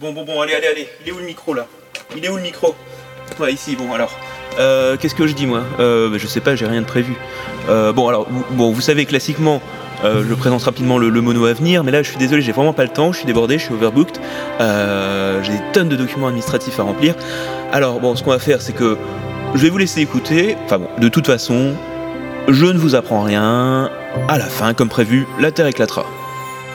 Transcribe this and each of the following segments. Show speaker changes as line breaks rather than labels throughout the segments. Bon, bon, bon, allez, allez, allez. Il est où le micro là Il est où le micro Ouais, ici, bon, alors. Euh, Qu'est-ce que je dis moi euh, bah, Je sais pas, j'ai rien de prévu. Euh, bon, alors, vous- bon, vous savez, classiquement, euh, je présente rapidement le, le mono à venir, mais là, je suis désolé, j'ai vraiment pas le temps, je suis débordé, je suis overbooked. Euh, j'ai des tonnes de documents administratifs à remplir. Alors, bon, ce qu'on va faire, c'est que je vais vous laisser écouter. Enfin bon, de toute façon, je ne vous apprends rien. À la fin, comme prévu, la Terre éclatera.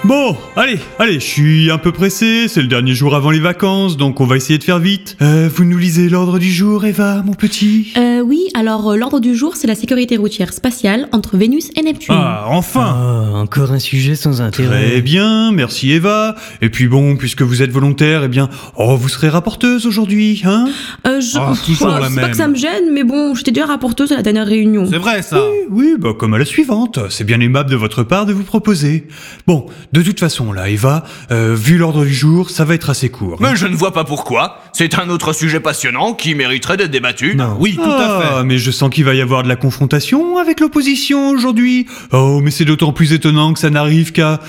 Bon, allez, allez, je suis un peu pressé, c'est le dernier jour avant les vacances, donc on va essayer de faire vite. Euh, vous nous lisez l'ordre du jour, Eva, mon petit
Euh, oui, alors euh, l'ordre du jour, c'est la sécurité routière spatiale entre Vénus et Neptune.
Ah, enfin
Ah, encore un sujet sans intérêt.
Très bien, merci Eva. Et puis bon, puisque vous êtes volontaire, eh bien, oh, vous serez rapporteuse aujourd'hui, hein
Euh, je...
Ah, toujours
Ouah,
la
c'est pas
même.
que ça me gêne, mais bon, j'étais déjà rapporteuse à la dernière réunion.
C'est vrai ça
Oui, bah comme à la suivante, c'est bien aimable de votre part de vous proposer. Bon, de toute façon, là, Eva, euh, vu l'ordre du jour, ça va être assez court. hein
Mais je ne vois pas pourquoi. C'est un autre sujet passionnant qui mériterait d'être débattu.
Non.
Oui, tout à
Ah,
fait.
mais je sens qu'il va y avoir de la confrontation avec l'opposition aujourd'hui. Oh, mais c'est d'autant plus étonnant que ça n'arrive qu'à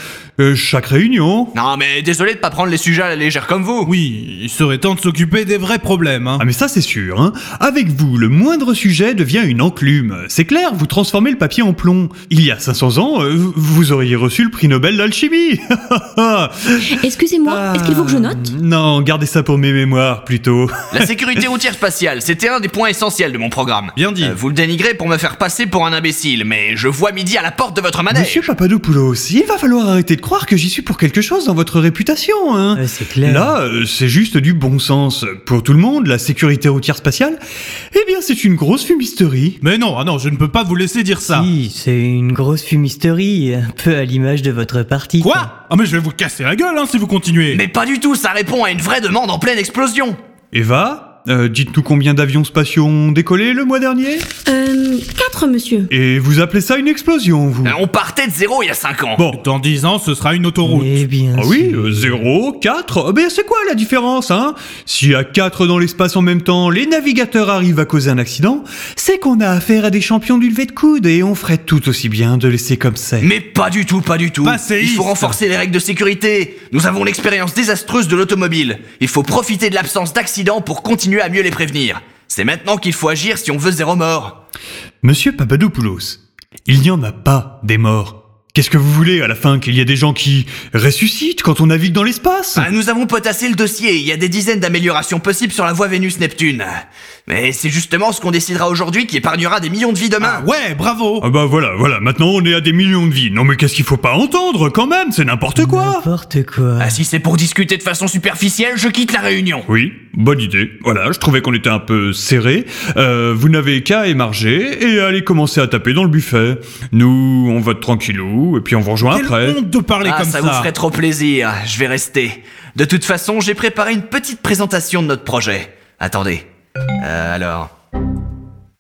euh, chaque réunion.
Non, mais désolé de pas prendre les sujets à la légère comme vous.
Oui, il serait temps de s'occuper des vrais problèmes. Hein.
Ah mais ça c'est sûr, hein. Avec vous, le moindre sujet devient une enclume. C'est clair, vous transformez le papier en plomb. Il y a 500 ans, euh, vous- vous auriez reçu le prix Nobel d'alchimie.
Excusez-moi,
Ah.
est-ce qu'il faut que je note
Non, gardez ça pour mes mémoires plutôt.
La sécurité routière spatiale, c'était un des points essentiels de mon programme.
Bien dit.
Euh, vous le dénigrez pour me faire passer pour un imbécile, mais je vois midi à la porte de votre manège.
Monsieur Papadopoulos, il va falloir arrêter de croire que j'y suis pour quelque chose dans votre réputation, hein.
Ah, c'est clair.
Là, euh, c'est juste du bon sens. Pour tout le monde, la sécurité routière spatiale, eh bien, c'est une grosse fumisterie.
Mais non, ah non, je ne peux pas vous laisser dire ça.
Oui, c'est une grosse fumisterie, un peu à l'image de votre parti.
Quoi Ah mais je vais vous casser la gueule hein, si vous continuez.
Mais pas du tout, ça répond à une vraie demande en pleine explosion.
Eva, euh, dites-nous combien d'avions spatiaux ont décollé le mois dernier
Euh, 4, monsieur.
Et vous appelez ça une explosion, vous
Euh, On partait de zéro il y a 5 ans.
Bon, dans 10 ans, ce sera une autoroute.
Eh bien
Ah oui,
sûr.
0, 4, ben c'est quoi la différence, hein Si à 4 dans l'espace en même temps, les navigateurs arrivent à causer un accident, c'est qu'on a affaire à des champions du lever de coude et on ferait tout aussi bien de laisser comme c'est.
Mais pas du tout, pas du tout.
Passéiste.
Il faut renforcer les règles de sécurité. Nous avons l'expérience désastreuse de l'automobile. Il faut profiter de l'absence d'accidents pour continuer à mieux les prévenir. C'est maintenant qu'il faut agir si on veut zéro mort.
Monsieur Papadopoulos, il n'y en a pas des morts. Qu'est-ce que vous voulez à la fin qu'il y ait des gens qui ressuscitent quand on navigue dans l'espace
Ah, nous avons potassé le dossier. Il y a des dizaines d'améliorations possibles sur la voie Vénus-Neptune. Mais c'est justement ce qu'on décidera aujourd'hui qui épargnera des millions de vies demain.
Ah ouais, bravo
Ah bah voilà, voilà, maintenant on est à des millions de vies. Non mais qu'est-ce qu'il faut pas entendre quand même, c'est n'importe quoi
N'importe quoi.
Ah, si c'est pour discuter de façon superficielle, je quitte la réunion.
Oui, bonne idée. Voilà, je trouvais qu'on était un peu serré. Euh, vous n'avez qu'à émarger et à aller commencer à taper dans le buffet. Nous, on vote tranquillou et puis on vous rejoint
Quelle
après.
honte de parler
Ah,
comme ça.
ça vous ferait trop plaisir. Je vais rester. De toute façon, j'ai préparé une petite présentation de notre projet. Attendez. Euh, alors.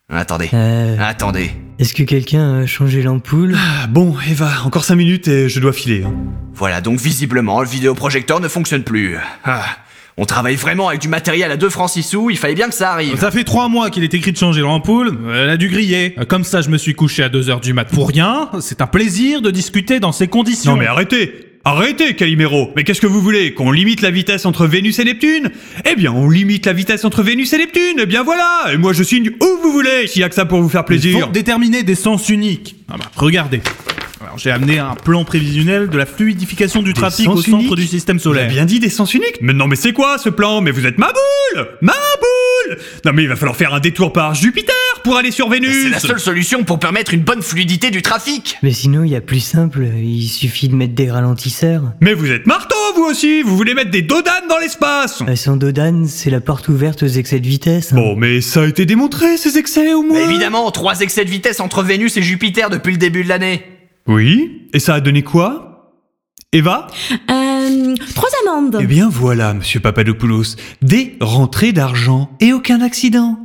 Attendez.
Euh,
Attendez.
Est-ce que quelqu'un a changé l'ampoule
Ah, bon, Eva, encore 5 minutes et je dois filer. hein.
Voilà, donc visiblement, le vidéoprojecteur ne fonctionne plus. Ah, on travaille vraiment avec du matériel à deux francs six sous, il fallait bien que ça arrive.
Ça fait trois mois qu'il est écrit de changer l'ampoule, elle a dû griller. Euh, Comme ça, je me suis couché à 2h du mat pour rien. C'est un plaisir de discuter dans ces conditions.
Non mais arrêtez Arrêtez, Calimero Mais qu'est-ce que vous voulez Qu'on limite la vitesse entre Vénus et Neptune Eh bien, on limite la vitesse entre Vénus et Neptune Eh bien voilà Et moi, je signe où vous voulez, s'il y a que ça pour vous faire
Il
plaisir
faut déterminer des sens uniques. Ah bah, regardez. Alors, j'ai amené un plan prévisionnel de la fluidification du trafic
sens
au centre
uniques
du système
On a
solaire.
bien dit des sens uniques Mais non, mais c'est quoi ce plan Mais vous êtes ma boule Ma boule Non mais il va falloir faire un détour par Jupiter pour aller sur Vénus
C'est la seule solution pour permettre une bonne fluidité du trafic.
Mais sinon, il y a plus simple, il suffit de mettre des ralentisseurs.
Mais vous êtes marteau, vous aussi Vous voulez mettre des dodanes dans l'espace
Euh, Sans Dodan, c'est la porte ouverte aux excès de vitesse. hein.
Bon, mais ça a été démontré, ces excès, au moins
Mais Bah, évidemment, trois excès de vitesse entre Vénus et Jupiter depuis le début de l'année.
Oui Et ça a donné quoi Eva
Euh, 3 amendes.
Eh bien voilà, monsieur Papadopoulos, des rentrées d'argent et aucun accident.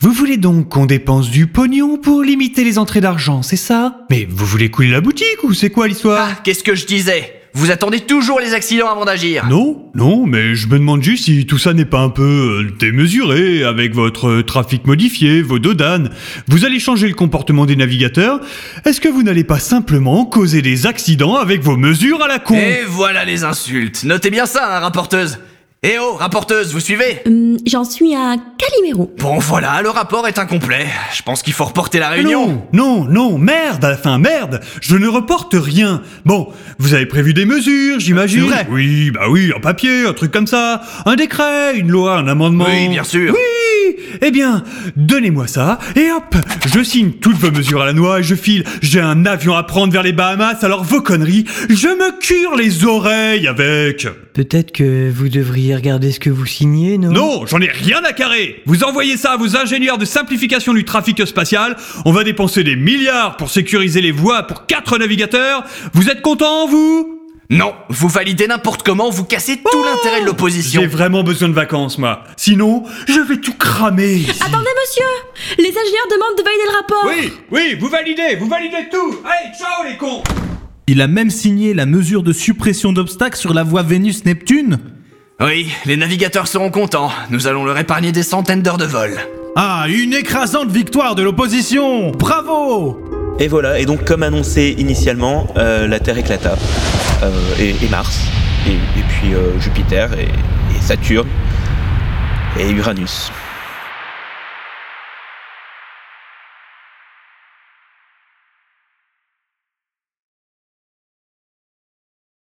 Vous voulez donc qu'on dépense du pognon pour limiter les entrées d'argent, c'est ça Mais vous voulez couler la boutique ou c'est quoi l'histoire
Ah, qu'est-ce que je disais Vous attendez toujours les accidents avant d'agir.
Non, non, mais je me demande juste si tout ça n'est pas un peu euh, démesuré avec votre euh, trafic modifié, vos dodanes. Vous allez changer le comportement des navigateurs. Est-ce que vous n'allez pas simplement causer des accidents avec vos mesures à la con
Eh Et voilà les insultes. Notez bien ça, hein, rapporteuse. Eh oh, rapporteuse, vous suivez
Hum, J'en suis à Calimero.
Bon voilà, le rapport est incomplet. Je pense qu'il faut reporter la réunion.
Non, non, non, merde, à la fin, merde, je ne reporte rien. Bon, vous avez prévu des mesures, j'imagine.
C'est vrai.
Oui, bah oui, un papier, un truc comme ça, un décret, une loi, un amendement.
Oui, bien sûr.
Oui, eh bien, donnez-moi ça, et hop, je signe toutes vos mesures à la noix et je file. J'ai un avion à prendre vers les Bahamas, alors vos conneries, je me cure les oreilles avec.
Peut-être que vous devriez regarder ce que vous signez, non
Non, j'en ai rien à carrer. Vous envoyez ça à vos ingénieurs de simplification du trafic spatial. On va dépenser des milliards pour sécuriser les voies pour quatre navigateurs. Vous êtes contents, vous
Non, vous validez n'importe comment, vous cassez tout l'intérêt de l'opposition.
Oh J'ai vraiment besoin de vacances, moi. Sinon, je vais tout cramer. ici.
Attendez, monsieur Les ingénieurs demandent de valider le rapport
Oui, oui, vous validez, vous validez tout. Allez, ciao les cons.
Il a même signé la mesure de suppression d'obstacles sur la voie Vénus-Neptune
Oui, les navigateurs seront contents. Nous allons leur épargner des centaines d'heures de vol.
Ah, une écrasante victoire de l'opposition Bravo
Et voilà, et donc comme annoncé initialement, euh, la Terre éclata, euh, et, et Mars, et, et puis euh, Jupiter, et, et Saturne, et Uranus.